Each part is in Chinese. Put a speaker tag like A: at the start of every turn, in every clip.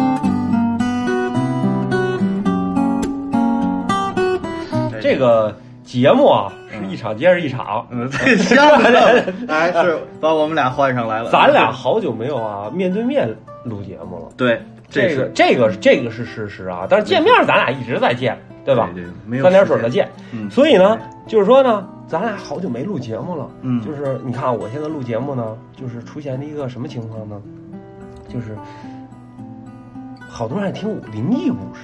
A: 哎
B: 这个节目啊，是一场接着一场。
A: 嗯， 对，行， 行哎，是把我们俩换上来了。
B: 咱俩好久没有啊面对面录节目了。
A: 对，
B: 这
A: 是
B: 个这个这个是事实啊，但是见面儿咱俩一直在见，对吧？
A: 对，没有
B: 三点水
A: 时
B: 的
A: 间。
B: 见。
A: 嗯，
B: 所以呢，就是说呢，咱俩好久没录节目了。
A: 嗯，
B: 就是你看我现在录节目呢，就是出现了一个什么情况呢？就是好多人爱听我灵异故事，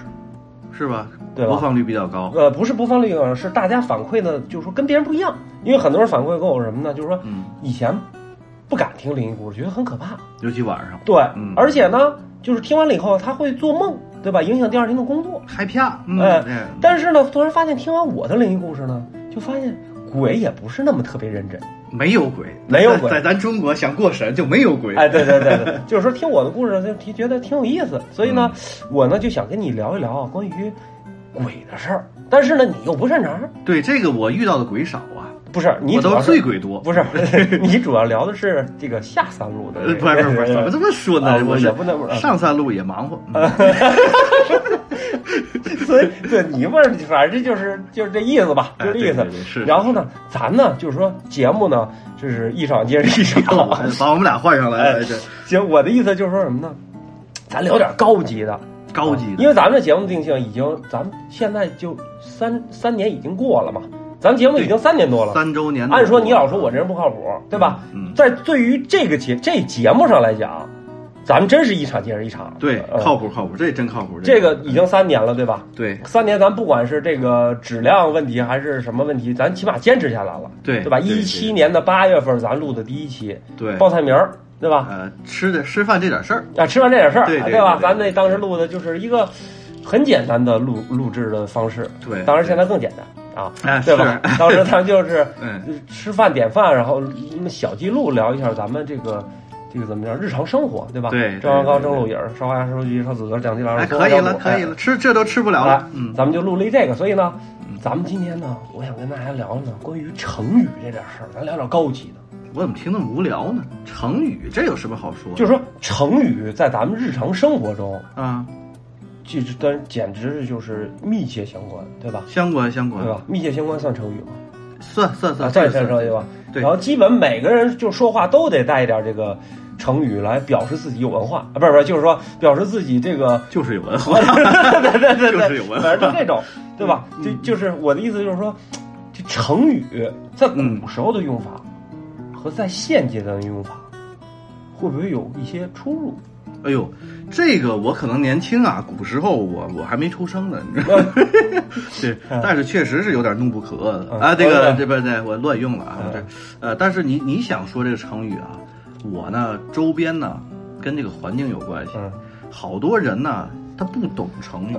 A: 是吧？
B: 对
A: 播
B: 吧？
A: 放率比较高。
B: 呃，不是播放率啊，是大家反馈的，就是说跟别人不一样。因为很多人反馈跟我什么呢？就是说
A: 嗯，
B: 以前不敢听灵异故事，觉得很可怕。
A: 尤其晚上
B: 对，
A: 嗯
B: 而且呢，就是听完了以后他会做梦，对吧？影响第二天的工作。
A: 害怕。嗯，
B: 哎
A: 哎
B: 但是呢，突然发现听完我的灵异故事呢，就发现鬼也不是那么特别认真。
A: 没有鬼，
B: 没有鬼
A: 在在咱中国想过审就没有鬼。
B: 哎，对对对对， 就是说听我的故事就挺觉得挺有意思，所以呢，
A: 嗯
B: 我呢就想跟你聊一聊啊关于鬼的事儿。但是呢，你又不擅长，
A: 对，这个我遇到的鬼少啊，
B: 不是你
A: 我
B: 主
A: 都
B: 要
A: 是醉鬼多。
B: 不是 你主要聊的是这个下三路的
A: 呃，
B: 这
A: 不
B: 个，
A: 是不是 不是，怎么这么说
B: 啊
A: 呢？
B: 我
A: 我
B: 也不能不是啊
A: 上三路也忙活。嗯
B: 所以对你问，反正就是就是这意思吧，就
A: 哎
B: 这意
A: 对
B: 思
A: 对。对是。
B: 然后呢，咱呢就是说节目呢，就是一场接着一
A: 是？
B: 场。
A: 把我们俩换上来，哎这
B: 行，我的意思就是说什么呢？咱聊点高级的，
A: 哎
B: 啊
A: 高级的
B: 因为咱们的节目定性已经，咱们现在就三三年已经过了嘛，咱们节目已经三年多了。
A: 三周年的。
B: 按说你老说我这人不靠谱，对吧？
A: 嗯，
B: 在对于这个节这节目上来讲，咱们真是一场接着一场。
A: 对，
B: 呃
A: 靠谱靠谱，这真靠谱。
B: 这个已经三年了，对吧？
A: 对
B: 三年，咱不管是这个质量问题还是什么问题，咱起码坚持下来了，
A: 对
B: 对吧？一七年的八月份，咱录的第一期
A: 对
B: 报菜名儿，对吧？
A: 呃吃的吃饭这点事儿，
B: 啊，吃完这点事儿，
A: 对对对
B: 吧？
A: 对
B: 咱们那当时录的就是一个很简单的录录制的方式，
A: 对，
B: 当然现在更简单啊，
A: 哎
B: 对吧？当时咱们就是
A: 是嗯
B: 呃吃饭点饭，然后嗯小记录聊一下咱们这个。这个怎么样？日常生活，对吧？
A: 对对
B: 蒸羊羔、
A: 对对
B: 蒸鹿尾儿、烧鸭、烧鸡、烧子鹅、酱鸡
A: 哎
B: 翅、
A: 可以了
B: 松花
A: 可以
B: 小肚
A: 了，吃这都吃不了
B: 哎
A: 了，嗯
B: 咱们就录了一这个，所以呢
A: 嗯，
B: 咱们今天呢，我想跟大家聊呢关于成语这点事儿，咱聊点高级的，
A: 我怎么听那么无聊呢？成语这有什么好说？
B: 就是说成语在咱们日常生活中
A: 啊，
B: 这这单简直是就是密切相关，对吧？
A: 相关相关
B: 对，吧？密切相关算成语吗？
A: 算算
B: 啊，
A: 算
B: 算
A: 算
B: 算成语吧。
A: 对
B: 然后基本每个人就说话都得带一点这个成语来表示自己有文化啊，不是不是，就是说表示自己这个，
A: 就是有文 化，
B: 对对对对，
A: 就是有文
B: 反正就
A: 化，
B: 这 种，对吧？
A: 嗯
B: 就就是我的意思就是说，这成语在古
A: 嗯
B: 时候的用法和在现阶段的用法会不会有一些出入？
A: 哎呦，这个我可能年轻啊，古时候我我还没出生呢，你知道吗？ 是，但是确实是有点怒不可遏的
B: 嗯
A: 啊。这个
B: 嗯
A: 这边对我乱用了啊，
B: 嗯
A: 我这呃，但是你你想说这个成语啊，我呢周边呢跟这个环境有关系，
B: 嗯，
A: 好多人呢他不懂成语，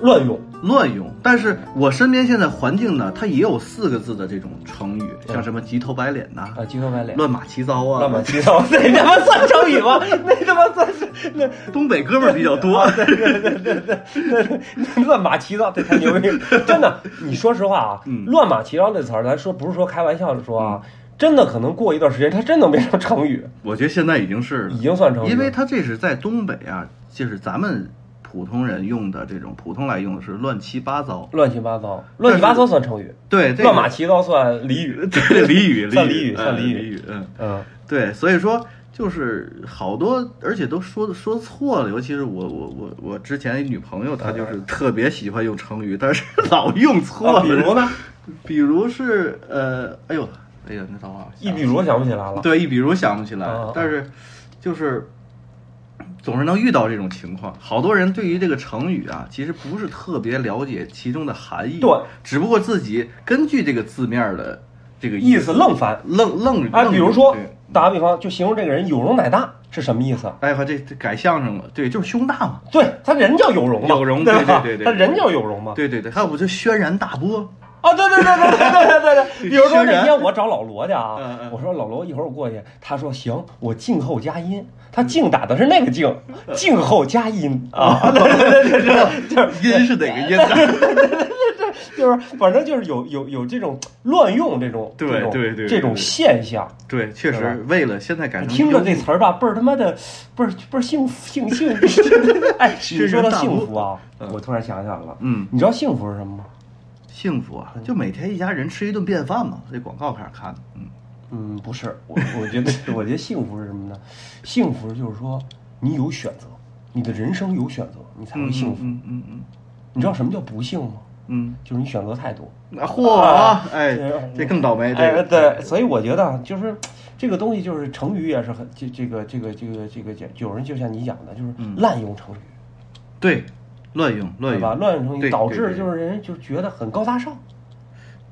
B: 乱用，
A: 乱用。但是我身边现在环境呢，它也有四个字的这种成语，
B: 嗯
A: 像什么急头白脸呐、
B: 啊，鸡头白脸。
A: 乱码七糟
B: 乱
A: 啊，
B: 码七糟，那他妈算成语吗？那他妈算是那
A: 东北哥们儿比较 多。
B: 啊那乱码七糟，这太牛逼！了！真的，你说实话啊，
A: 嗯
B: 乱码七糟这词儿，咱说不是说开玩笑的说啊，真的可能过一段时间，它真能变成成语，
A: 我觉得现在已经是了
B: 已。经算成语了。
A: 因为它这是在东北啊，就是咱们普通人用的这种普通来用的是乱七八糟。
B: 乱七八糟，乱七八糟算成语，
A: 对，这
B: 乱码
A: 个
B: 七糟算俚语。
A: 对俚语，
B: 算
A: 俚
B: 俚语
A: 嗯
B: 算俚语
A: 俚语，嗯，
B: 嗯，
A: 对，所以说就是好多，而且都说的说错了，尤其是我我我我之前一女朋友，她就是特别喜欢用成语，但是老用错
B: 啊
A: 了。
B: 比如呢？
A: 比如是呃，哎呦，哎呀，那等会儿啊
B: 一比如想不起来了。
A: 对，一比如想不起来，
B: 啊
A: 但是就是总是能遇到这种情况。好多人对于这个成语啊，其实不是特别了解其中的含义，
B: 对，
A: 只不过自己根据这个字面的这个
B: 意
A: 思
B: 思愣翻。
A: 愣愣
B: 哎，
A: 愣
B: 比如说
A: 对，
B: 打个比方，就形容这个人有容乃大是什么意思？
A: 哎呀，这这改相声了，对，就是胸大嘛，
B: 对他人叫有容嘛，
A: 有容
B: 对吧
A: 对对对对
B: 他人叫有容嘛。
A: 对对对，还有不就轩然大波，
B: 啊，对对对对对对对对。比如说
A: 轩
B: 那
A: 然
B: 天我找老罗去
A: 嗯
B: 啊
A: 嗯，
B: 我说老罗一会儿我过去，他说行，我静候佳音。他静打的是那个静，
A: 嗯
B: 静候佳 音啊，对对对对，对就是
A: 音是哪个音啊呢？
B: 就是，反正就是有有有这种乱用这种
A: 对
B: 这种
A: 对对对
B: 这种现象。
A: 对，确
B: 对
A: 实为了现在改成
B: 听着
A: 幽
B: 这
A: 默
B: 词儿吧，倍儿他妈的，倍儿倍儿幸福幸 幸。哎，你说到幸福啊
A: 嗯，
B: 我突然想起来了，
A: 嗯，
B: 你知道幸福是什么吗？
A: 幸福啊，
B: 嗯
A: 就每天一家人吃一顿便饭嘛，这广告开始看的，嗯，
B: 嗯，不是，我我觉得，我觉得幸福是什么呢？幸福就是说你有选择，你的人生有选择，你才会幸福。
A: 嗯嗯嗯
B: 你知道什么叫不幸吗？
A: 嗯，
B: 就是你选择太多。
A: 嗯啊嚯啊，哎
B: 对，
A: 这更倒霉，这
B: 哎，
A: 个
B: 对，所以我觉得啊就是这个东西，就是成语也是很这这个这个这个这个这有人就像你讲的，就是
A: 嗯
B: 滥用成语，
A: 对，乱用乱
B: 对吧？
A: 用，
B: 滥用成语
A: 对
B: 导
A: 对
B: 致
A: 对
B: 就是人就觉得很高大上，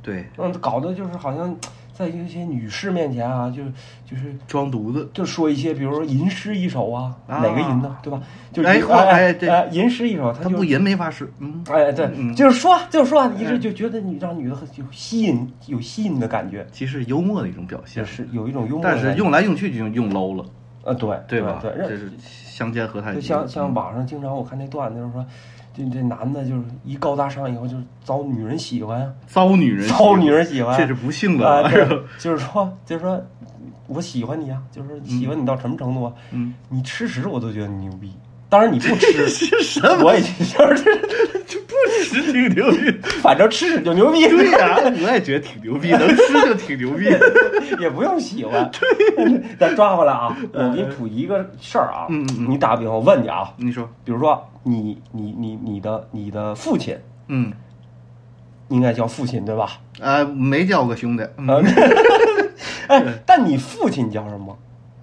A: 对，
B: 嗯，搞得就是好像在一些女士面前啊，就是就是。
A: 装犊子，
B: 就说一些，比如说吟诗一首啊，
A: 啊
B: 哪个吟呢？对吧？就
A: 哎
B: 吟
A: 嚯哎对
B: 哎吟诗一首，他
A: 他
B: 就
A: 不淫没法使，嗯，
B: 哎，对，
A: 嗯
B: 就是说，就是说，你这
A: 嗯
B: 就觉得你让女的很有吸引，有吸引的感觉，
A: 其实幽默的一种表
B: 就
A: 现，
B: 是有一种幽默的
A: 但
B: 感觉。
A: 是用来用去就用 low 了，
B: 啊，对
A: 对吧？
B: 对，
A: 这
B: 让
A: 是相煎何太
B: 就
A: 急，
B: 像像
A: 嗯
B: 网上经常我看那段子，就是说，这这男的就是一高大上以后，就是遭女人喜欢啊，
A: 遭女 人
B: 遭
A: 喜
B: 女
A: 欢
B: 人喜欢啊，
A: 这是 不幸的
B: 啊，
A: 玩意
B: 对
A: 儿，
B: 就是说，就是说，我喜欢你啊，就是喜欢你到什么程度啊？
A: 嗯，
B: 你吃屎我都觉得你牛逼，当然你不 吃，
A: 这什么？
B: 我也 就是，
A: 这不吃挺牛逼？
B: 反正吃屎就牛逼，
A: 对呀、我也觉得挺牛逼，能吃就挺牛逼。
B: 也不用喜欢。对，咱抓回来 啊，我给你普及一个事儿啊。
A: 哎嗯嗯嗯
B: 你打个比方，我问你啊，
A: 你说，
B: 比如说你你你你的你的父亲
A: 嗯，
B: 应该叫父亲对吧？
A: 啊，没叫过兄弟。嗯
B: 嗯。 哎，但你父亲叫什么？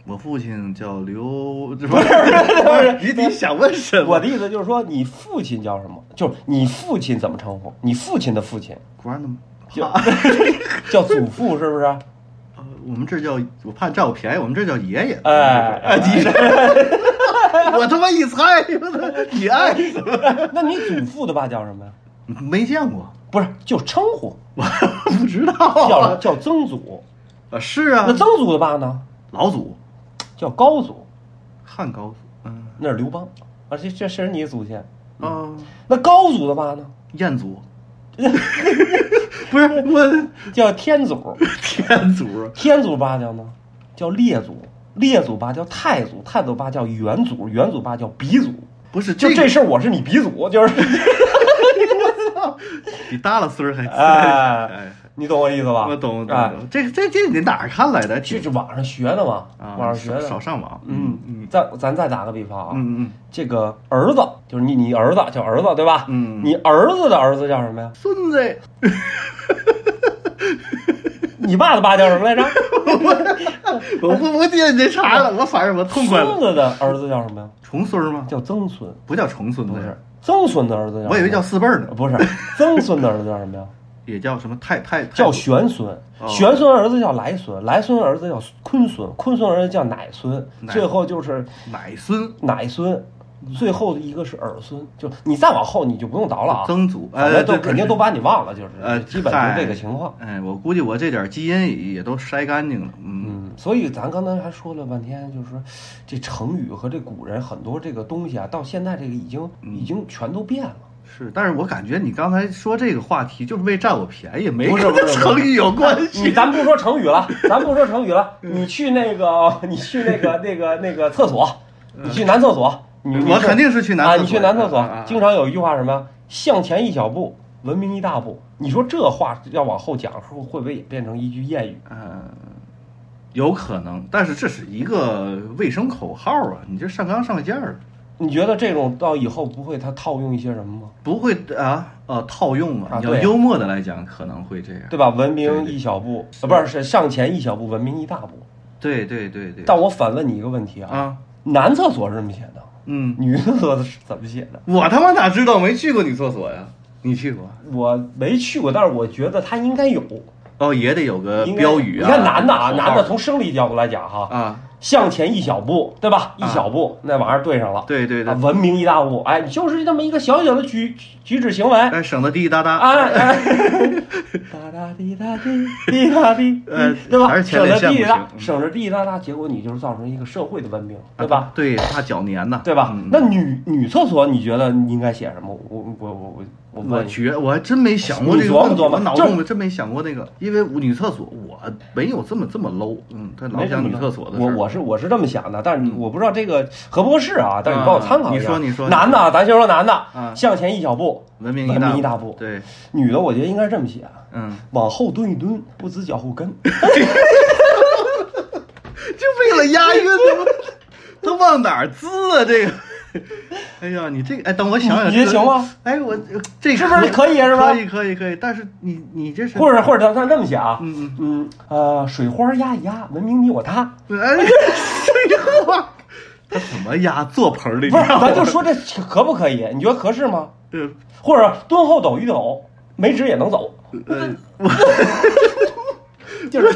A: 我父亲叫刘， 不是不是
B: 不是
A: 你你想问什么？
B: 我的意思就是说，你父亲叫什么？就是你父亲怎么称呼？你父亲的父亲
A: 果然那么
B: 就
A: 怕。
B: 叫祖父，是不是？
A: 呃啊 我们这叫，我怕占我便宜，我们这叫爷爷。
B: 哎
A: 啊，你说， 我他妈一猜， 你爱什么？
B: 哎那你祖父的爸叫什么呀？
A: 没见过，
B: 不是，就称呼
A: 我不知道。
B: 叫叫曾祖。
A: 啊，是啊
B: 那，曾祖的爸呢？
A: 老祖，
B: 叫高祖。
A: 汉高祖，嗯
B: 那是刘邦，啊，这这是你的祖先。
A: 啊，
B: 那高祖的爸呢，
A: 彦祖，不是我
B: 叫天祖，
A: 天祖，啊
B: 天祖爸叫呢，叫列祖，列祖爸叫太祖，太祖爸叫元祖，元祖爸叫鼻祖。
A: 不是
B: 就
A: 这
B: 这
A: 个
B: 事儿，我是你鼻祖，就是，
A: 比耷拉丝儿还
B: 哎
A: 哎，
B: 你懂我意思吧？
A: 我懂懂
B: 哎，
A: 懂，这这这你哪儿看来的？
B: 这
A: 挺
B: 是网上学的嘛，
A: 啊，
B: 网上学
A: 少
B: 的。
A: 少上网，
B: 嗯
A: 嗯
B: 再咱再打个比方啊，
A: 嗯嗯，
B: 这个儿子就是你，你儿子叫儿子对吧？
A: 嗯
B: 你儿子的儿子叫什么呀？
A: 孙子，
B: 你爸的爸叫什么来着？
A: 我不不记得你这茬了，我反正我 痛快
B: 孙
A: 了。
B: 子的儿子叫什么呀？
A: 重孙儿吗？
B: 叫曾孙，
A: 不叫重孙子，
B: 不是，曾孙的儿子叫什么呀，
A: 我以为叫四辈儿呢，
B: 不是曾孙的儿子叫什么呀？
A: 也叫什么太太太
B: 叫玄孙，
A: 哦
B: 玄孙儿子叫来孙，来孙儿子叫坤孙，坤孙儿子叫乃孙，
A: 乃
B: 最后就是
A: 奶孙，
B: 乃孙，最后一个是儿孙。就你再往后你就不用倒了啊，
A: 曾祖，
B: 反
A: 哎，
B: 正都
A: 对，
B: 肯定都把你忘了，就是
A: 呃，
B: 基本就是这
A: 嗨
B: 个情况。
A: 哎，我估计我这点基因也都筛干净了。嗯，
B: 嗯，所以咱刚才还说了半天，就是说这成语和这古人很多这个东西啊，到现在这个已经
A: 嗯
B: 已经全都变了。
A: 是，但是我感觉你刚才说这个话题就是为占我便宜，没
B: 不是
A: 跟
B: 不是
A: 成语有关
B: 你
A: 系。
B: 咱不说成语了，咱不说成语了。你去那个，你去那个那个那个厕所，你去男厕所，你你
A: 嗯我
B: 是
A: 肯定是去男
B: 啊，
A: 厕
B: 你去
A: 所
B: 男厕
A: 啊啊
B: 所
A: 啊，
B: 经常有一句话什么“向前一小步，文明一大步”。你说这话要往后讲，会会不会也变成一句谚语？
A: 呃，有可能，但是这是一个卫生口号啊，你这上纲上线儿了，
B: 你觉得这种到以后不会他套用一些什么吗？
A: 不会啊呃套用啊
B: 啊。
A: 你要
B: 对啊
A: 幽默的来讲，可能会这样。
B: 对吧？文
A: 对
B: 明
A: 对
B: 一小步，啊，不是是向前一小步，文明一大步。
A: 对对对对，
B: 但我反问你一个问题啊，
A: 啊，
B: 男厕所是这么写的，
A: 嗯，
B: 女厕所是怎么写的？
A: 我他妈哪知道？没去过女厕所呀？你去过？
B: 我没去过，但是我觉得它应该有。
A: 哦，也得有个
B: 应该
A: 标语啊。
B: 你看男的啊，
A: 口号
B: 男的从生理角度来讲哈，
A: 啊，
B: 向前一小步，对吧？一
A: 啊
B: 小步，那玩意儿对上了。
A: 对对对
B: 啊，文明一大步，哎，你就是这么一个小小的举举止行为，哎
A: 哎，省得滴滴答答。
B: 哎，哒哒滴哒滴滴哒滴，
A: 呃
B: 对吧？
A: 还是前
B: 省
A: 列
B: 着滴滴
A: 腺不
B: 答
A: 行，嗯
B: 省着滴滴答答，结果你就是造成一个社会的文明，对吧？？
A: 啊对，怕脚粘呐，
B: 对吧
A: 嗯？
B: 那女女厕所，你觉得你应该写什么？我我我我我
A: 我
B: 问你，
A: 觉我还真没想过这个问
B: 你
A: 题，
B: 琢磨琢磨
A: 我脑
B: 就
A: 洞真没想过那个，因为女厕所我没有这么这么 low，嗯，他老
B: 没什
A: 讲
B: 么
A: 女
B: 的
A: 厕所的事
B: 我
A: 儿
B: 我我是我是这么想的，但是我不知道这个合不合适啊。但是你帮我参考一下。
A: 啊你说你说
B: 男的啊，咱先说男的，
A: 啊，
B: 向前一小步；
A: 文明
B: 文明一
A: 大
B: 大步
A: 对，
B: 女的，我觉得应该是这么写啊，
A: 嗯，
B: 往后蹲一蹲，不知脚后 跟。
A: 就为了押韵， 他妈他往哪儿滋啊？这个， 哎呀，你这个，哎，等我想想，
B: 你觉得行？吗？
A: 哎，我这
B: 是不是可以啊是吧
A: 可以，可以，可以。但是你你这是，
B: 或者或者咱咱这么写啊，
A: 嗯
B: 嗯呃，水花压一压，文明你我他。
A: 嗯，哎， 这话他怎么压坐盆儿里？
B: 不是，
A: 你知道吗
B: 咱就说这可不可以？你觉得合适吗？
A: 呃
B: 或者蹲后抖一抖，没纸也能走，
A: 呃，
B: 就是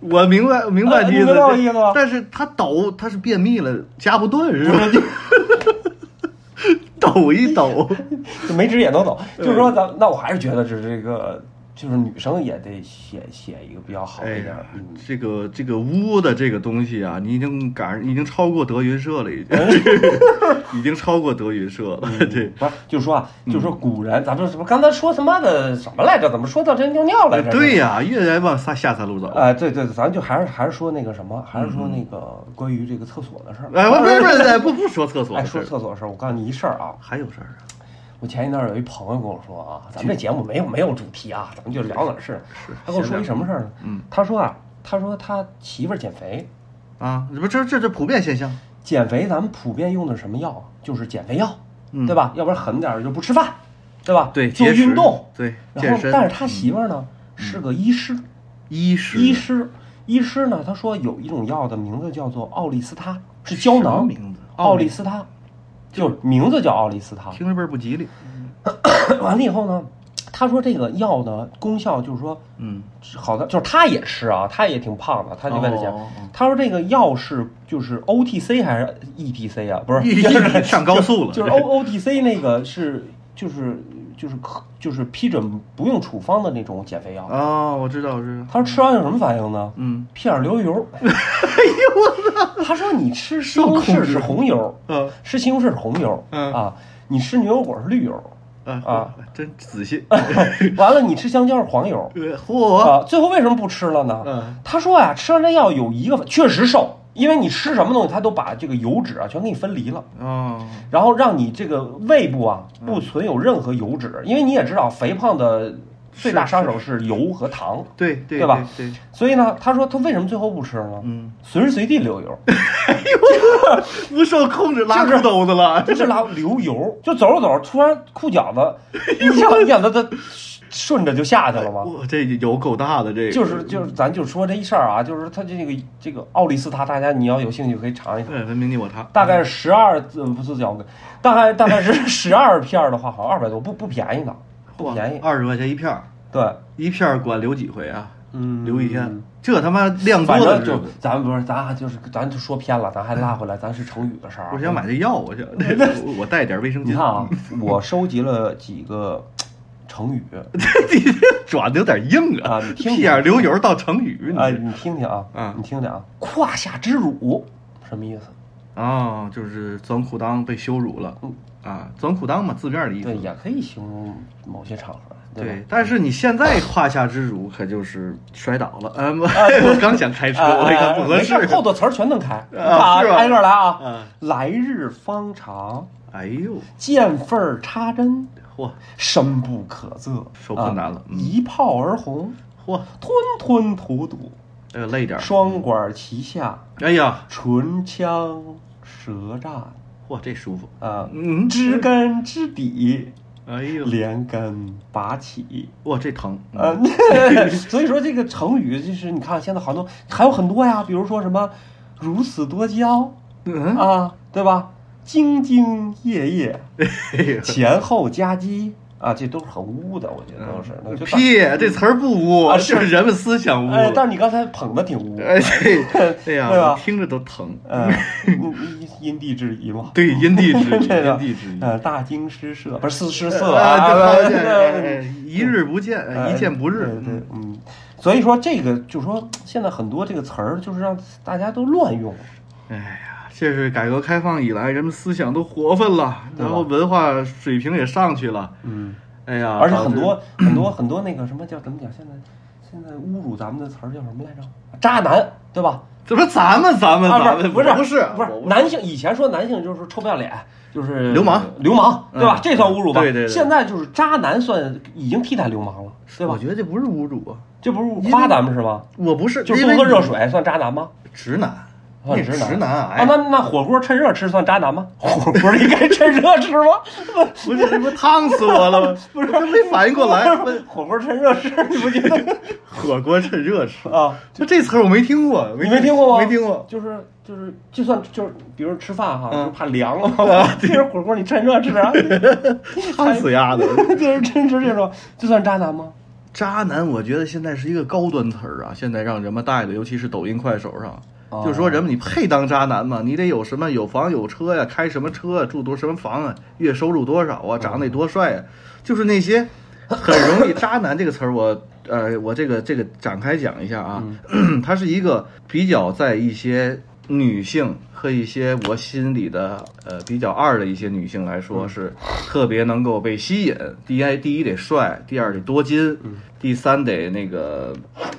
A: 我明白明白
B: 啊
A: 你
B: 你
A: 意思，
B: 明白我意思吧
A: 但是他抖，他是便秘了，加不顿是吧？ 抖一抖，
B: 就没纸也 能走。就是说咱，那我还是觉得是这个，就是女生也得写写一个比较好
A: 哎
B: 一点
A: 呀
B: 儿。嗯，
A: 这个这个污的这个东西啊，你已经赶上，已经超过德云社了，已经，
B: 哎
A: 已经超过德云社了， 这。
B: 嗯不是，就是说啊，
A: 嗯
B: 就是说古人，咱们什么刚才说他妈的什么来着？怎么说到这尿尿来着？
A: 呃对呀、越来往下下三路走。
B: 哎，对对，咱就还是还是说那个什么，还是
A: 嗯
B: 说那个关于这个厕所的事儿。
A: 哎，我不是不是哎不不说厕所
B: 哎，
A: 的事
B: 说
A: 儿，
B: 厕所的事儿，我告诉你一事儿啊，
A: 还有事儿啊？
B: 我前一段有一朋友跟我说啊，咱们这节目没有没有主题啊，咱们就聊哪儿是。
A: 是
B: 他跟我说一什么事儿呢？
A: 嗯
B: 他说啊，他说他媳妇儿减肥，
A: 啊，这不这这这普遍现象，
B: 减肥咱们普遍用的是什么药啊？就是减肥药，
A: 嗯
B: 对吧？要不然狠点儿就不吃饭，对吧？
A: 对，
B: 就
A: 节食
B: 运动。
A: 对，
B: 然
A: 健
B: 后
A: 身。，嗯
B: 但是他媳妇儿呢是个医师，
A: 衣食
B: 医师，医师呢，他说有一种药的名字叫做奥利司他，是胶
A: 什么
B: 囊，
A: 名字
B: 奥利司他，就是名字叫奥利司他。
A: 听着倍儿不吉利。
B: 完了以后呢，他说这个药呢功效就是说
A: 嗯，
B: 好的，就是他也吃啊，他也挺胖的，他就为了减。
A: 哦哦哦
B: 他说这个药是就是 OTC 还是 ETC 啊？不是，
A: 一
B: 就是
A: E 上高速了
B: 就是 O OTC 那个是就是就是可就是批准不用处方的那种减肥药。
A: 哦，我知道，我知道。
B: 他说吃完有什么反应呢？
A: 嗯，
B: 屁眼流油。 哎呦我操！嗯他说你吃西
A: 受
B: 红
A: 控
B: 柿
A: 制
B: 是红油，
A: 呃
B: 吃西红柿是红油
A: 嗯
B: 啊，你吃牛油果是绿油，啊
A: 啊，真仔细。
B: 完了你吃香蕉是黄油
A: 呃嚯，
B: 啊。最后为什么不吃了呢？
A: 嗯，
B: 他说呀，吃完这药有一个确实瘦，因为你吃什么东西，他都把这个油脂啊全给你分离了。
A: 哦，
B: 然后让你这个胃部啊不存有任何油脂，因为你也知道肥胖的最大杀手是油和糖，
A: 对对
B: 对吧？
A: 对，对
B: 所以呢，他说他为什么最后不吃呢？
A: 嗯，
B: 随时随地流油，
A: 不受控制拉裤兜子了。
B: 就是拉流油，就走着走着，突然裤脚子，你想你想他他顺着就下去了吗？
A: 我这油够大的，这个
B: 就是就是，咱就说这一事儿啊，就是他这个这个奥利司他，大家你要有兴趣可以尝一尝，
A: 对，文明你我他，
B: 大概十二呃不是叫大概大概是十二片儿的话，好像二百多，不不便宜呢，不便宜。
A: 二十块钱一片儿，
B: 对，
A: 一片儿管留几回啊？
B: 嗯
A: 留一天，这他妈量多
B: 反
A: 的
B: 正
A: 日
B: 就
A: 子，
B: 咱不是咱还就是咱就说偏了，咱还拉回来，咱是成语的事儿啊。
A: 我想买这 药，我想我我带点卫生
B: 你
A: 巾
B: 看。啊，我收集了几个成语，
A: 你这转的有点硬
B: 啊
A: 啊，
B: 你听
A: 屁眼流油到成语，你
B: 哎，
A: 这
B: 你听听啊，
A: 嗯
B: 你听听啊，胯下之辱什么意思？
A: 啊，就是钻裤裆被羞辱了
B: 嗯
A: 啊，钻裤裆嘛，字面的意
B: 对，
A: 思。
B: 也可以形容某些场合，对
A: 对
B: 吧？，
A: 但是你现在胯下之辱可就是摔倒了，嗯，我 我刚想开车，我一看不合
B: 啊哎没
A: 适
B: 事，后头词儿全能开，你看
A: 啊是吧
B: 挨个来啊。
A: 啊。
B: 来日方长，
A: 哎呦，
B: 见缝儿插针，
A: 嚯
B: 深不可测，
A: 受困难了
B: 啊
A: 嗯
B: 一炮而红，
A: 嚯，
B: 吞吞吐吐，
A: 哎呦累点儿。
B: 双管齐下，
A: 哎呀，
B: 唇枪舌战
A: 嚯，这舒服。
B: 啊，
A: 嗯，
B: 知根知底，
A: 哎呦，
B: 连根拔起。
A: 哇，这疼。
B: 呃， 所以说这个成语就是你看现在好多还有很多呀，比如说什么“如此多娇”
A: 嗯，
B: 啊，对吧？兢兢业业，
A: 哎
B: 前后夹 击啊，这都是很污的，我觉 得都是。那就
A: 嗯屁，这词儿不污，
B: 啊是
A: 是人们思想污
B: 哎
A: 了。，
B: 但是你刚才捧的挺污，
A: 哎，对，哎
B: 对
A: 呀，
B: 吧
A: 我听着都疼。
B: 嗯，因因地制宜嘛。
A: 对，因地制宜，
B: 这个
A: 因地制宜。
B: 呃，大惊失色，不是四失色
A: 啊，
B: 对
A: 对，哎
B: 对
A: 哎一日不见，哎一见不日。
B: 对对
A: 嗯，
B: 嗯，所以说这个就是说，现在很多这个词儿就是让大家都乱用，
A: 哎呀，这是改革开放以来，人们思想都活泛了，然后文化水平也上去了。
B: 嗯，
A: 哎呀，
B: 而且很
A: 导致
B: 多很多很多那个什么叫怎么讲？现在现在侮辱咱们的词儿叫什么来着？渣男，对吧？
A: 怎么咱们咱们
B: 啊
A: 咱
B: 不是
A: 们
B: 不是
A: 我不是
B: 不是
A: 我
B: 男性，以前说男性就是臭不要脸，就是
A: 流氓
B: 流氓，对吧
A: 嗯？
B: 这算侮辱吧？
A: 对对对
B: 现在就是渣男算已经替代流氓了，对
A: 我
B: 吧？
A: 觉得这不是侮辱啊，
B: 这不是夸咱们是吗？
A: 我不是
B: 就
A: 因
B: 多
A: 为
B: 喝热
A: 你
B: 水算渣男吗？
A: 直男，
B: 算
A: 你
B: 直男
A: 直男哎
B: 啊，
A: 癌，
B: 那那火锅趁热吃算渣男吗？ 火锅应该趁热吃 吗？
A: 不是这不烫死我了 吗？不是没反应过来，不是
B: 火锅趁热吃，你不觉得
A: 火锅趁热吃，
B: 啊？
A: 就这词儿我没听过，
B: 你没听过吗？
A: 没听过。
B: 就是就是，就算就是，比如吃饭哈，
A: 嗯
B: 就怕凉 了嘛。这是火锅，你趁热吃啊，
A: 烫死丫的！
B: 就是真是这种，这算渣男吗？
A: 渣男，我觉得现在是一个高端词儿啊，现在让人们带的，尤其是抖音、快手上，
B: 哦
A: 就是说人们你配当渣男吗？你得有什么有房有车呀、开什么车、啊，住多什么房啊，月收入多少啊，长得多帅呀、就是那些很容易渣男这个词儿，我呃，我这个这个展开讲一下啊， 它是一个比较在一些女性和一些我心里的呃比较二的一些女性来说，是特别能够被吸引。第一，第一得帅，第二得多金，第三得那个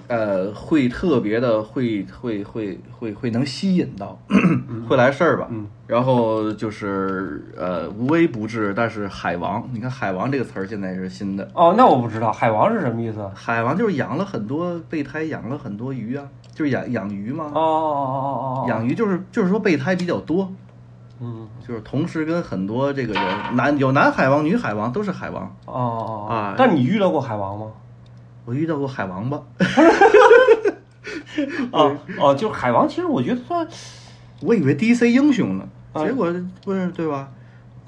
A: 呃会特别的会会会会会能吸引到，
B: 嗯
A: 会来事儿吧。然后就是呃无微不至，但是海王，你看海王这个词儿现在是新的。
B: 哦，那我不知道海王是什么意思。哦
A: 海王就是养了很多备胎，养了很多鱼啊，就是养养鱼嘛。
B: 哦哦哦哦哦，
A: 养鱼就是就是说备胎比较多，
B: 嗯，
A: 就是同时跟很多这个人男有男海王、女海王都是海王。
B: 哦哦哦
A: 啊
B: 但你遇到过海王吗？
A: 我遇到过海王吧，
B: 哦哦，就是海王，其实我觉得算
A: 我以为 DC 英雄呢，
B: 啊
A: 结果不是对吧？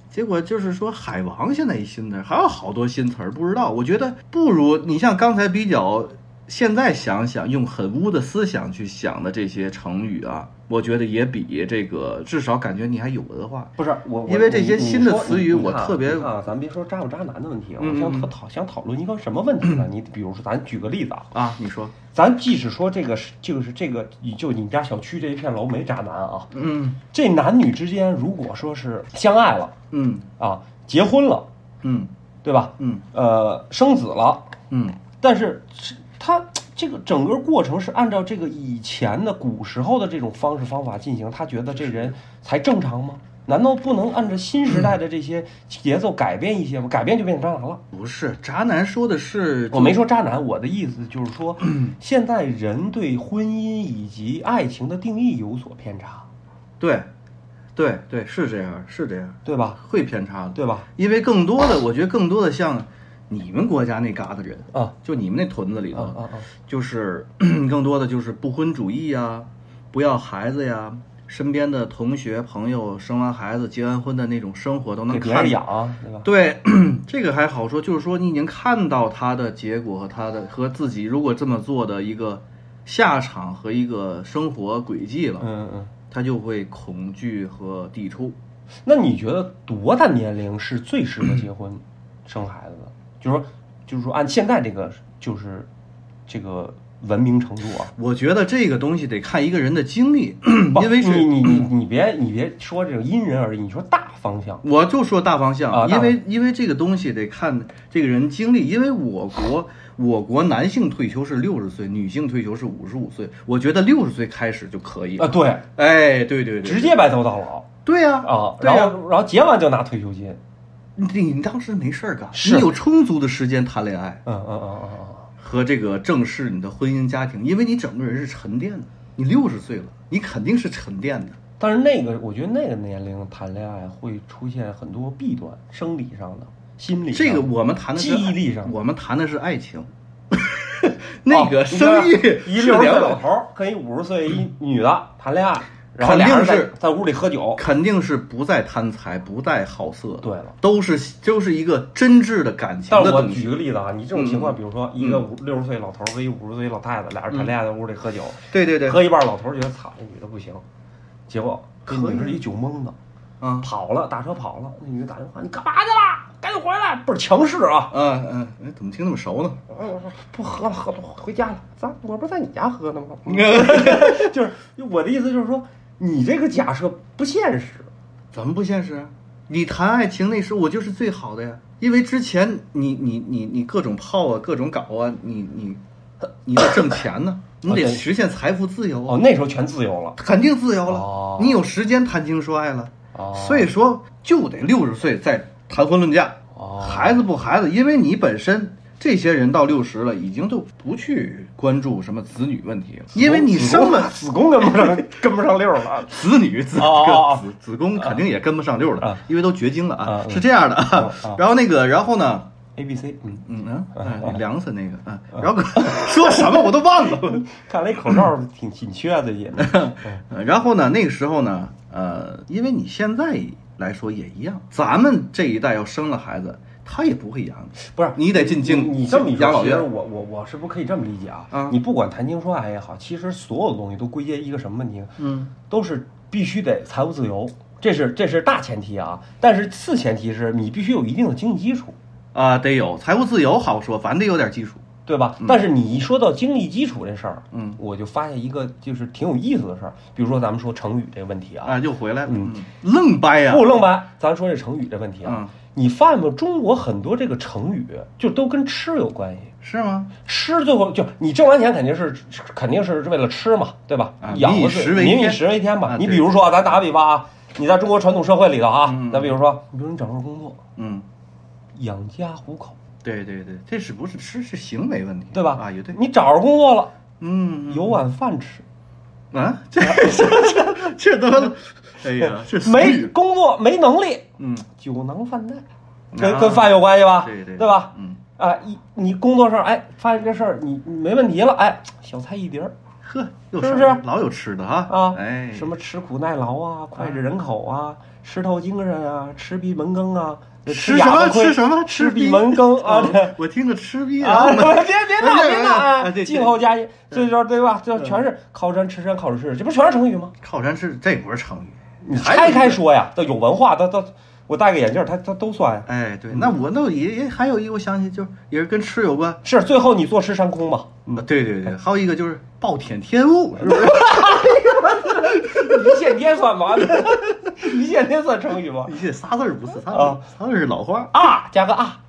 A: 结果就是说海王现在一新词儿，还有好多新词儿，不知道。我觉得不如你像刚才比较，现在想想用很污的思想去想的这些成语啊，我觉得也比这个至少感觉你还有文化。
B: 不是我，我
A: 因为这些
B: 你你
A: 新的
B: 说
A: 词
B: 你
A: 语
B: 你
A: 我
B: 看
A: 特别
B: 你看啊，咱别说渣不渣男的问题，我
A: 嗯
B: 想
A: 嗯
B: 讨讨想讨论一个什么问题 呢？你比如说，咱举个例子啊，
A: 啊，你说，
B: 咱即使说这个是这个是这个，你就你们家小区这一片楼没渣男啊，
A: 嗯
B: 这男女之间如果说是相爱了
A: 嗯
B: 啊，结婚了，
A: 嗯
B: 对吧？
A: 嗯
B: 呃，生子了，
A: 嗯
B: 但是是他这个整个过程是按照这个以前的古时候的这种方式方法进行，他觉得这人才正常吗？难道不能按照新时代的这些节奏改变一些吗？改变就变成渣男了。
A: 不是，渣男说的是
B: 我没说渣男，我的意思就是说，现在人对婚姻以及爱情的定义有所偏差，
A: 对，对对，是这样，是这样，
B: 对吧？
A: 会偏差的，
B: 对吧？
A: 因为更多的，我觉得更多的像你们国家那嘎达人，
B: 啊
A: 就你们那屯子里
B: 啊
A: 头，
B: 啊啊！
A: 就是嗯更多的就是不婚主义呀，不要孩子呀，身边的同学朋友生完孩子结完婚的那种生活都能
B: 给别
A: 看
B: 人
A: 到
B: 养，对吧？
A: 对， 这个还好说，就是说你已经看到他的结果和他的和自己如果这么做的一个下场和一个生活轨迹了，
B: 嗯嗯嗯。
A: 他就会恐惧和抵触。
B: 那你觉得多大年龄是最适合结婚、生孩子的？ 就是说，就是说，按现在这个就是这个文明程度啊，
A: 我觉得这个东西得看一个人的经 历，嗯因为
B: 不你
A: 是。
B: 你 你你别你别说这种因人而异，你说大方向
A: 我就说大方向，
B: 啊大
A: 因为因为这个东西得看这个人经历，因为我国我国男性退休是六十岁，女性退休是五十五岁，我觉得六十岁开始就可以
B: 啊，
A: 了。
B: 对，
A: 哎，对对对，
B: 直接白头到老
A: 对呀
B: 啊，
A: 对
B: 然
A: 呀
B: 后然后结完就拿退休金，
A: 你你当时没事儿干，
B: 是
A: 你有充足的时间谈恋爱
B: 嗯嗯嗯嗯嗯
A: 和这个正视你的婚姻家庭，因为你整个人是沉淀的，你六十岁了，你肯定是沉淀的。
B: 嗯。但是那个，我觉得那个年龄谈恋爱会出现很多弊端，生理上的、心理上
A: 这
B: 的
A: 个我们谈的是
B: 记忆力上的
A: 我们谈的是 爱情，那个
B: 哦
A: 生
B: 你
A: 育
B: 看一
A: 是
B: 六十岁
A: 两
B: 老
A: 种，
B: 头儿跟一五十岁一女的谈恋爱，然后俩人
A: 肯
B: 在
A: 定是
B: 在屋里喝酒。
A: 肯定是不再贪财，不再好色，
B: 对了，
A: 都是就是一个真挚的感情
B: 但
A: 的
B: 是我
A: 东西
B: 举。个例子啊，你这种情况，
A: 嗯
B: 比如说一个五六十岁老头儿和一五十岁老太太，俩人谈恋爱在屋里喝酒，
A: 对对对，
B: 喝一半儿老头儿觉得操，这女的不行，结果这
A: 可以
B: 女的是一酒蒙子，
A: 啊
B: 跑了，打车跑了，那女的打电话，你干嘛去了？赶紧回来，倍儿强势啊！
A: 啊啊，哎，怎么听那么熟呢？
B: 嗯，不喝了，喝了，回家了。咱我不是在你家喝的吗？ 就是我的意思就是说，你这个假设不现实。
A: 怎么不现实啊？你谈爱情那时候我就是最好的呀，因为之前你你你你各种泡啊，各种搞啊，你你你在挣钱呢、你得
B: 对
A: 实现财富自由啊，
B: 哦，那时候全自由了。
A: 肯定自由了，
B: 哦
A: 你有时间谈情说爱了，
B: 哦
A: 所以说就得六十岁再谈婚论嫁，
B: 哦
A: 孩子不孩子，因为你本身。这些人到六十了，已经就不去关注什么子女问题了，因为你生了
B: 子宫跟 不上，跟不上溜了。
A: 子女子
B: 哦哦哦
A: 子子宫肯定也跟不上溜了
B: 啊，
A: 因为都绝经了
B: 啊
A: 啊，
B: 嗯
A: 是这样的啊
B: 啊啊。
A: 然后那个，然后呢，
B: A B C，嗯，
A: 嗯嗯 哎，梁森那个啊，
B: 哦
A: 然后 说什么我都忘了。
B: 看来口罩挺紧缺的 也。嗯
A: 呃然后呢，那个时候呢，呃，因为你现在来说也一样，咱们这一代要生了孩子，他也不会养你，
B: 不是
A: 你得进京
B: 你这么一说
A: 养老
B: 其实
A: 院。
B: 我我我是不是可以这么理解啊？
A: 啊
B: 你不管谈情说爱也好，其实所有东西都归结一个什么问题？
A: 嗯，
B: 都是必须得财务自由，这是这是大前提啊。但是次前提是你必须有一定的经济基础，
A: 啊，得有财务自由好说，反正得有点基础。
B: 对吧？但是你一说到经济基础这事儿，
A: 嗯，
B: 我就发现一个就是挺有意思的事儿，比如说咱们说成语这个问题啊，
A: 啊，又回来了，
B: 嗯
A: 嗯，愣掰呀，
B: 不愣白，咱说这成语这问题啊，
A: 嗯
B: 你发现没有？中国很多这个成语就都跟吃有关系。
A: 是吗？
B: 吃最后就你挣完钱肯定是肯定是为了吃嘛，对吧
A: 啊？
B: 养活
A: 民以
B: 自己，
A: 食为
B: 民以
A: 天
B: 食为天嘛
A: 啊。
B: 你
A: 对
B: 比如说啊，咱打个比方啊，你在中国传统社会里头啊
A: 嗯嗯，
B: 咱比如说，你比如你找份工作，
A: 嗯，
B: 养家糊口，
A: 对对对，这是不是吃是行为问题，
B: 对吧？
A: 啊，也对，
B: 你找着工作了，
A: 嗯，
B: 有碗饭吃，
A: 啊，这这这他妈，哎呀，这
B: 嗯
A: 俗
B: 没
A: 语，
B: 工作没能力，
A: 嗯，
B: 酒囊饭袋，
A: 啊
B: 跟跟饭有关系吧？
A: 对对
B: 对吧？
A: 嗯，
B: 啊，一你工作上哎，发现这事儿你你没问题了，哎，小菜一碟儿，
A: 呵，又
B: 是不
A: 上
B: 是
A: 老有吃的啊？
B: 啊，
A: 哎，
B: 什么吃苦耐劳啊，脍炙人口啊，吃透精神啊，吃闭门羹啊，
A: 吃什
B: 哑
A: 么
B: 巴亏
A: 吃什么
B: 吃
A: 逼
B: 闭门羹啊。
A: 哦
B: 这
A: 我听着吃逼
B: 啊！
A: 啊，
B: 别别闹别闹
A: 啊
B: 啊！
A: 对嗯
B: 静候佳音，这就是对吧？这全是靠山吃山，靠水吃水，这不全是成语吗？
A: 靠山吃这不是成语，
B: 你拆开说呀，这有文化，他他我戴个眼镜儿，他他都算呀。
A: 哎，对，那我那也也还有一个，我想起就是也是跟吃有关，
B: 是最后你坐吃山空嘛？
A: 啊对对对，还有一个就是暴殄天物，是 不是？
B: 一线天算 吗？一线天算成语吗？
A: 一切仨字儿不是仨字
B: 啊
A: 儿，仨字儿是老话儿
B: 啊加个啊，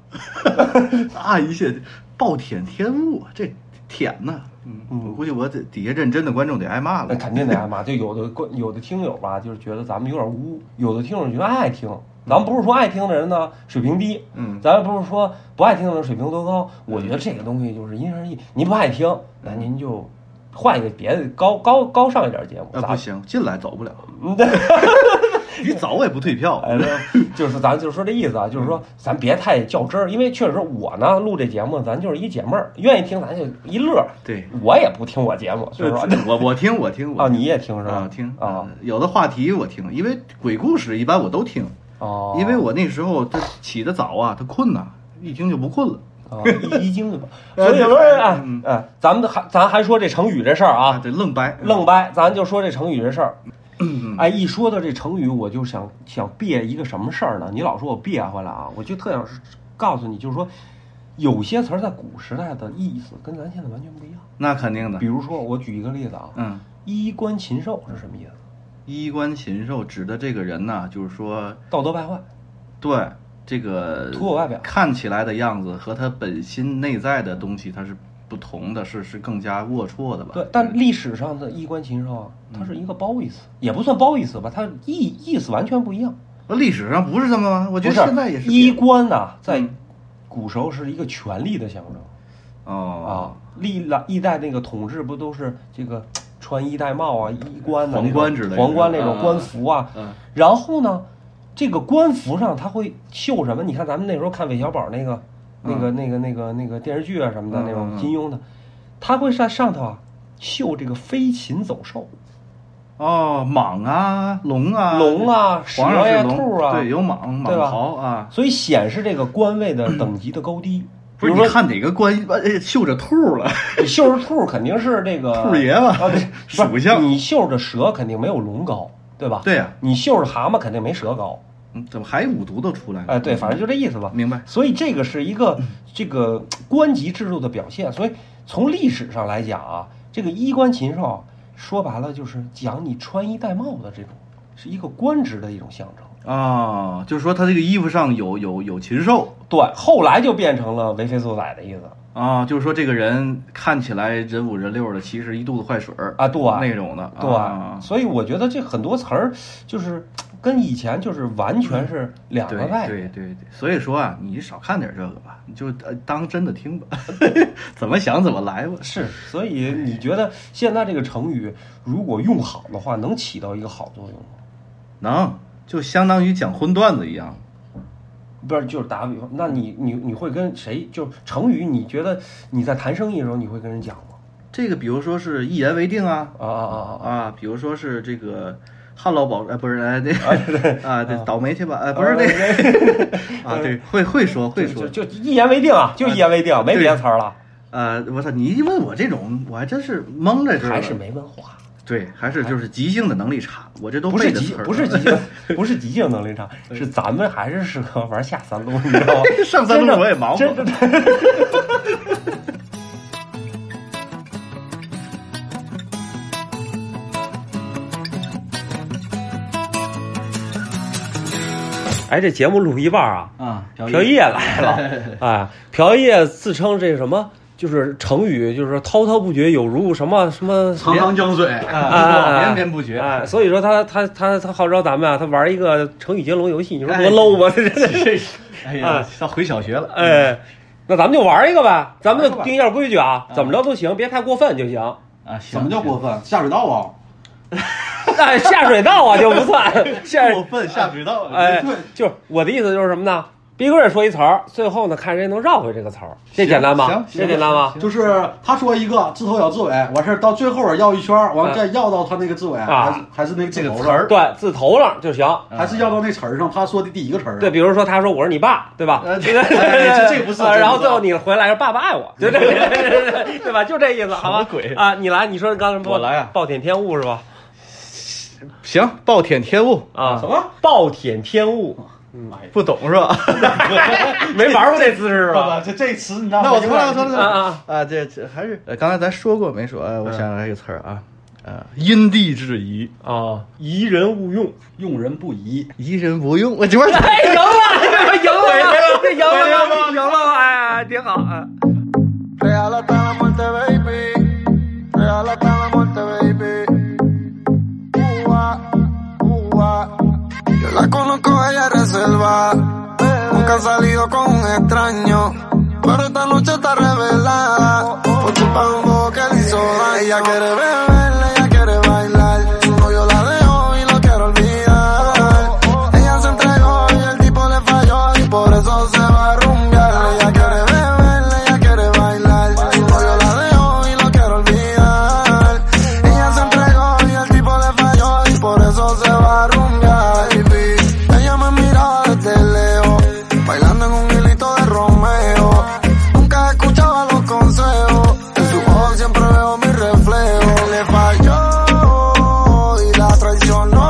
A: 啊，一切暴殄天物，这舔呐，嗯，我估计我得底下认真的观众得挨骂
B: 那
A: 了。
B: 肯定得挨骂。就有的观有的听友吧，就是觉得咱们有点污；有的听友觉得爱听。咱不是说爱听的人呢水平低，
A: 嗯
B: 咱不是说不爱听的人水平多高。我觉得这个东西就是因人而异。您不爱听，那您就换一个别的高高高尚一点节目。
A: 啊，
B: 咱
A: 不行，进来走不了，
B: 嗯对，
A: 你走我也不退票。
B: 哎， 就是咱就是说这意思啊，就是说咱别太较真儿，因为确实我呢录这节目，咱就是一解闷儿，愿意听咱就一乐。
A: 对，
B: 我也不听我节目，是 吧？
A: 我我听我听我
B: 啊，你也听是吧？
A: 啊听
B: 啊，
A: 有的话题我听，因为鬼故事一般我都听，
B: 哦，
A: 因为我那时候他起得早啊，他困呐，一听就不困了。
B: 啊一一惊 的吧，所以说哎
A: 嗯
B: 哎，咱们还咱还说这成语这事儿啊，
A: 得愣掰，
B: 愣掰，咱就说这成语这事儿。
A: 嗯
B: 哎，一说到这成语，我就想想憋一个什么事儿呢？你老说我憋回来啊，我就特想告诉你，就是说有些词儿在古时代的意思跟咱现在完全不一样。
A: 那肯定的
B: 比。如说，我举一个例子啊，
A: 嗯，
B: 衣冠禽兽是什么意思？
A: 衣冠禽兽指的这个人呢，就是说，
B: 道德败坏，
A: 对这个
B: 图我外表。
A: 看起来的样子和他本心内在的东西，它是不同的，是是更加龌龊的吧？嗯
B: 对，但历史上的衣冠禽兽啊，它是一个褒义词，也不算褒义词吧，它意意思完全不一样。
A: 历史上不是这么吗？我觉
B: 不
A: 得
B: 是
A: 现在也是
B: 衣冠呐，在
A: 嗯
B: 古时候是一个权力的象征啊。
A: 哦
B: 历来历代那个统治不都是这个穿衣戴帽啊、衣冠呐
A: 皇
B: 那种
A: 冠之类的
B: 皇冠那种
A: 啊
B: 官服啊。
A: 嗯
B: 然后呢，这个官服上它会绣什么？你看咱们那时候看韦小宝那个、那个、那个、那个、那个电视剧啊什么的
A: 嗯
B: 那
A: 嗯
B: 种
A: 嗯
B: 金庸的，他会在上头啊绣这个飞禽走兽，
A: 哦，蟒啊，龙啊，
B: 龙啊、蛇
A: 皇上
B: 呀、
A: 是龙，
B: 兔啊，
A: 对，有蟒
B: 对
A: 蟒
B: 吧
A: 袍啊。
B: 所以显示这个官位的等级的高低。比
A: 不是
B: 如
A: 你
B: 说，
A: 看哪个官哎绣着兔 了，
B: 你绣着兔儿肯定是这个
A: 兔爷嘛
B: 啊，对，
A: 属相
B: 不是你绣着蛇肯定没有龙高，对吧？
A: 对呀
B: 你绣着蛤蟆肯定没蛇高。
A: 嗯怎么还五毒都出来了？
B: 哎，对，反正就这意思吧。
A: 明白。
B: 所以这个是一
A: 嗯
B: 个这个官级制度的表现。所以从历史上来讲啊，这个衣冠禽兽啊，说白了就是讲你穿衣戴帽的这种，是一个官职的一种象征。
A: 啊，就是说他这个衣服上有有有禽兽
B: 对，后来就变成了为非作歹的意思
A: 啊，就是说这个人看起来人五人六的，其实一肚子坏水儿
B: 啊。对，
A: 那种的，
B: 对，
A: 啊、
B: 所以我觉得这很多词儿就是跟以前就是完全是两个
A: 对
B: 概念。
A: 对对对，所以说啊，你少看点这个吧，你就呃当真的听吧， 怎么想怎么来吧。
B: 是，所以你觉得现在这个成语如果用好的话，能起到一个好作用吗？
A: 能，就相当于讲荤段子一样。
B: 不是，就是打个比方，那你你你会跟谁？就是成语，你觉得你在谈生意的时候，你会跟人讲吗？
A: 这个比如说是一言为定啊
B: 啊啊啊啊！
A: 啊，比如说是这个旱涝保呃不是哎那啊对倒霉去吧呃不是那个啊对会会 说会说
B: 就就就一言为定啊，就一言为定，没别的词儿了，
A: 呃我操你一问我这种我还真是蒙在这儿了
B: 还是没文化。
A: 对还是就是即兴的能力差，我这都
B: 不
A: 背
B: 是
A: 的
B: 即
A: 词儿？
B: 不是即兴，不是即兴能力差，是咱们还是适合玩下三路，你知道吗
A: 上三
B: 真
A: 路
B: 正
A: 我也忙活
B: 真的。 哎，这节目录一半啊，
A: 啊
B: 朴叶来了， 哎，朴叶自称这什么，就是成语，就是滔滔不绝，有如什么什么
C: 沧
B: 连
C: 桑江水，
A: 啊连绵不绝
B: 哎，所以说他他他他号召咱们啊，他玩一个成语接龙游戏，你说
A: 哎
B: 多 low 吧？这这
A: 这是
B: 啊
A: 哎呀要回小学了
B: 哎，那咱们就玩一个呗，咱们
A: 玩一个
B: 就
A: 吧
B: 定一下规矩啊，怎么着都行，别太过分就行。
A: 啊行
C: 怎么叫过分？下水 道啊！
B: 哎，下水道啊就不 算下，
A: 过分下水道
B: 哎
C: 对，
B: 就是我的意思就是什么呢？逼哥也说一词儿，最后呢看谁能绕回这个词儿，这
A: 行
B: 简单吧
A: 行？
B: 这简单吧？
C: 就是他说一个自头咬自尾，完事儿到最后绕一圈儿，完再绕到他那个自尾，
B: 啊
C: 还是还是那个字
A: 这个
C: 头
A: 词
C: 上，
A: 儿
B: 对，字头上就行。
A: 嗯
C: 还是绕到那词儿上，他说的第一个词儿
B: 对，
C: 上。
B: 比如说他说我是你爸，对吧？
A: 呃
B: 对
A: 这这这
B: 对
A: 不是
B: 啊
A: 这不
B: 然后
A: 是
B: 最后你回来是爸爸爱我，对对对对对对，对吧？就这意思，好
A: 什么
B: 吧？
A: 鬼
B: 啊！你来，你说刚才什么
A: 我来啊
B: 暴殄天物是吧？
A: 行暴殄天物
B: 啊，
C: 什么？
B: 暴殄天物？
A: 不懂是吧？
B: 没玩过这姿势 吧？
C: 这这词你知道
A: 那我重来，
C: 来
A: 我重来，
B: 啊啊
A: 啊！这这还是呃，刚才咱说过没说？哎，我想想这个词儿啊，呃，因地制宜，
B: 啊！疑人勿用。
C: 用人不疑。
A: 疑人不用。我 这边
B: 哎，赢了，赢了，赢了，赢了，赢了！哎，挺好啊。
D: Real hasta la muerte, baby. Real hasta la muerte, baby. Ua, ua. Yo la conozco, ella reserva. Nunca ha salido con un extraño. Pero esta noche está revelada. Por tu pango que le hizo daño. Ella quiere beber, ella quiere bailar. Su novio la dejó y lo quiero olvidar. Ella se entregó y el tipo le falló. Y por eso se va a rumbear. Ella quiere beber, ella quiere bailar. Su novio la dejó y lo quiero olvidar. Ella se entregó y el tipo le falló y por eso se va a rumbear. baby. Ella me miraba desde lejos, bailando en un hilito de Romeo. Nunca escuchaba los consejos, en su ojo siempre veo mi reflejo. Le falló y la traicionó.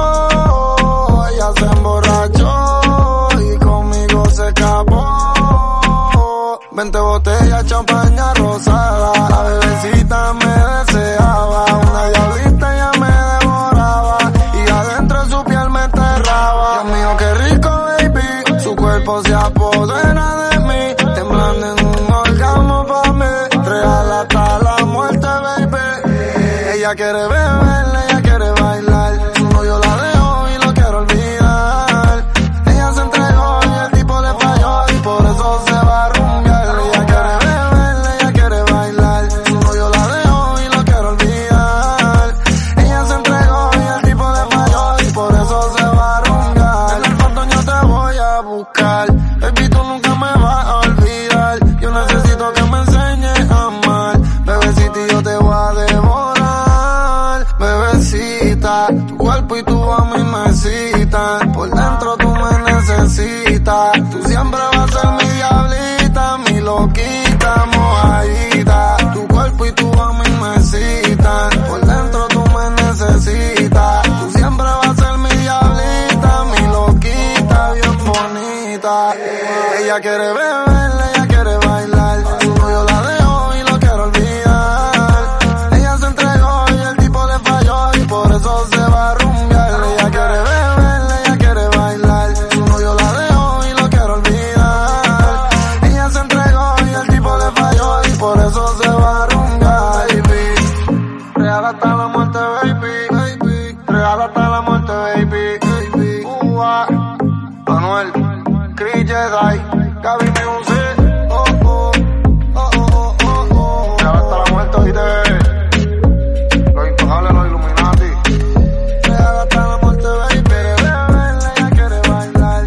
D: Ella se emborrachó y conmigo se escapó. 20 botellas, champaña rosada. La bebecita me deseaba. Una diablita ya me devoraba. Y adentro de su piel me enterraba. Dios mío, qué rico, baby. Su cuerpo se apodera de mí. Temblando en un orgasmo pa' mí. Real hasta la muerte, baby. Ella quiere beber, ella quiere bailar. Su novio la dejó y lo quiero olvidar. Ella se entregó y el tipo le falló y por eso se va a rumbear. Ella quiere beber, ella quiere bailar. Su novio la dejó y lo quiero olvidar. Ella se entregó y el tipo le falló y por eso se va a rumbear. En el portón yo te voy a buscar. Baby, tú nunca me vas a olvidar. Yo necesito que me enseñes a amar. Bebecita, y yo te voy a devorar. Bebecita, tu cuerpo y tu a mí me excitan. Por dentro tú me necesitas. Tú siempre vas a ser mi diablita, mi loquita, mojadita. Tu cuerpo y tu a mí me excitan. Por dentro tú me necesitas. Tú siempre vas a ser mi diablita, mi loquita, bien bonita. Ella quiere beber, ella quiere bailar. Su novio la dejó y lo quiero olvidar. Ella se entregó y el tipo le falló y por eso se va a rumbear. Ella quiere beber, ella quiere bailar. Gaby Music. Oh, oh, oh, oh, oh, oh. Te va hasta la muerte, oíste. Los intocables, los Illuminati. Te va hasta la muerte, baby. Quiere beberla, ella quiere bailar.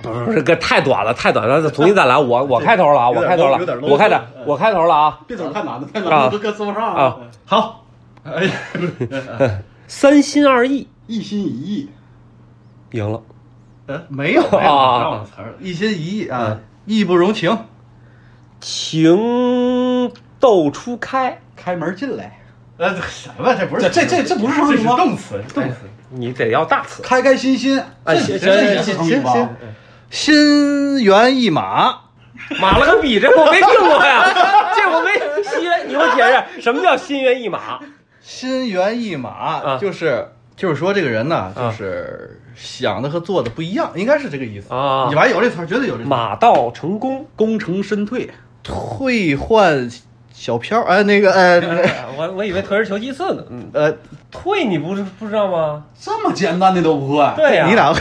B: 不是，这太短了，太短了，重新再来。我我开头了啊，我开头了
A: 有点，low，
B: 我开头
A: 有点，low
B: 我开头了啊。
C: 别整太难的，太难
B: 啊
C: 的都跟说不上
B: 啊。
A: 好，哎呀，不是
B: 三心二意
C: 一心一意，
B: 赢了，
A: 呃没有没有
B: 啊
A: 绕了词儿，一心一意啊，义不容情，
B: 情窦初开。
C: 开门进来，
A: 呃，这什么？这不是
C: 这这这不是
A: 这
C: 成语
A: 是
C: 吗
A: 动词，是动词。
B: 你得要大词。
C: 开开心心，
B: 哎行
C: 这这也
A: 行
C: 是
A: 行
C: 成语吧？
A: 行心猿意马，
B: 马了个比，这我没听过 呀，这我没心猿。你给我解释什么叫心猿意马？
A: 心猿意
B: 啊
A: 马就是就是说这个人呢，
B: 啊
A: 就是想的和做的不一样，应该是这个意思
B: 啊
A: 你完有这词儿，绝对有这词儿。
B: 马到成功。
A: 功成身退，退换小飘，哎，那个， 哎，
B: 哎我我以为退而求其次呢。嗯，
A: 呃，
B: 退你不是不知道吗？
C: 这么简单的都不会，
B: 对呀、啊
A: 你俩，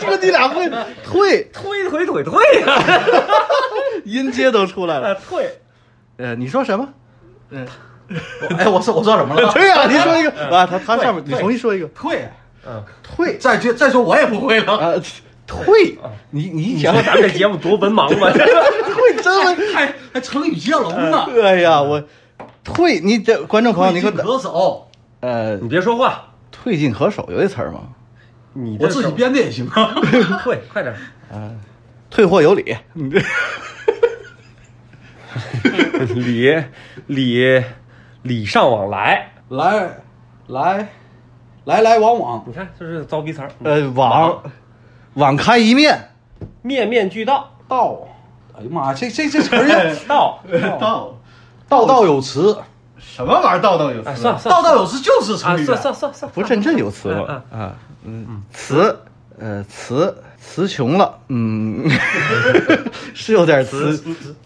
A: 这个你俩会退
B: 推推推推呀、
A: 音阶都出来
B: 啊，
A: 了。
B: 退。
A: 呃，你说什么？
C: 哎，我说我说什么了？
A: 对呀，你说一个啊，他他上面，
B: 哎退
A: 你重新说一个
C: 退，
B: 嗯，
A: 退
C: 再去再说我也不会了。
A: 啊，退，你你
B: 你
A: 想
B: 说咱们这节目多文盲吗？
A: 退真文
C: 还还成语接龙呢，
A: 哎呀，我退，你这观众朋友，你给
C: 退进
A: 我
C: 可手，
A: 呃，
B: 你别说话，
A: 退进可守有这词儿吗？
B: 你这
C: 我自己编的 也行啊。
B: 手退，快 点。
A: 退货有理，
C: 嗯
A: 你这
B: 礼礼礼尚往来，
C: 来来来来往往，
B: 你看就是糟逼词儿。
A: 呃网网开一面，
B: 面面俱到，，
C: 道，哎呀妈呀，这这 这词儿 呀
B: 道。
A: 道
C: 道道有词，
A: 什么玩意儿？道道有
B: 哎，算了算
C: 道
B: 了
C: 道有词就是成
B: 啊，
C: 语。
B: 算算算算，
A: 不是真正有词吗？啊，嗯，词，呃，词词穷了，嗯， 是有点词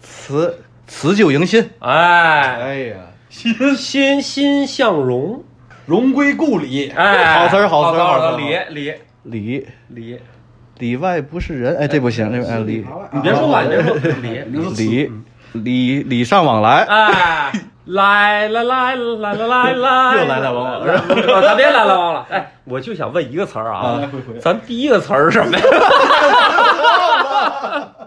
A: 词辞旧迎新。
B: 哎，
A: 呀，
B: 欣欣向荣，
C: 荣归故里，
B: 哎，
A: 好词儿好
B: 好
A: 词儿
B: 好
A: 好词儿啊
B: 儿，礼礼
A: 里
B: 礼，
A: 里外不是人，哎，这不行，这不哎
C: 里
A: 里
C: 嗯里
B: 你别说话，你别说礼，
A: 里礼礼尚往
C: 啊
A: 来，
B: 哎，来来来来来来 来，
A: 又来来往往了
B: 往，咱别来来往往了，哎，我就想问一个词儿啊
C: 来回回，
B: 咱第一个词儿是什么呀？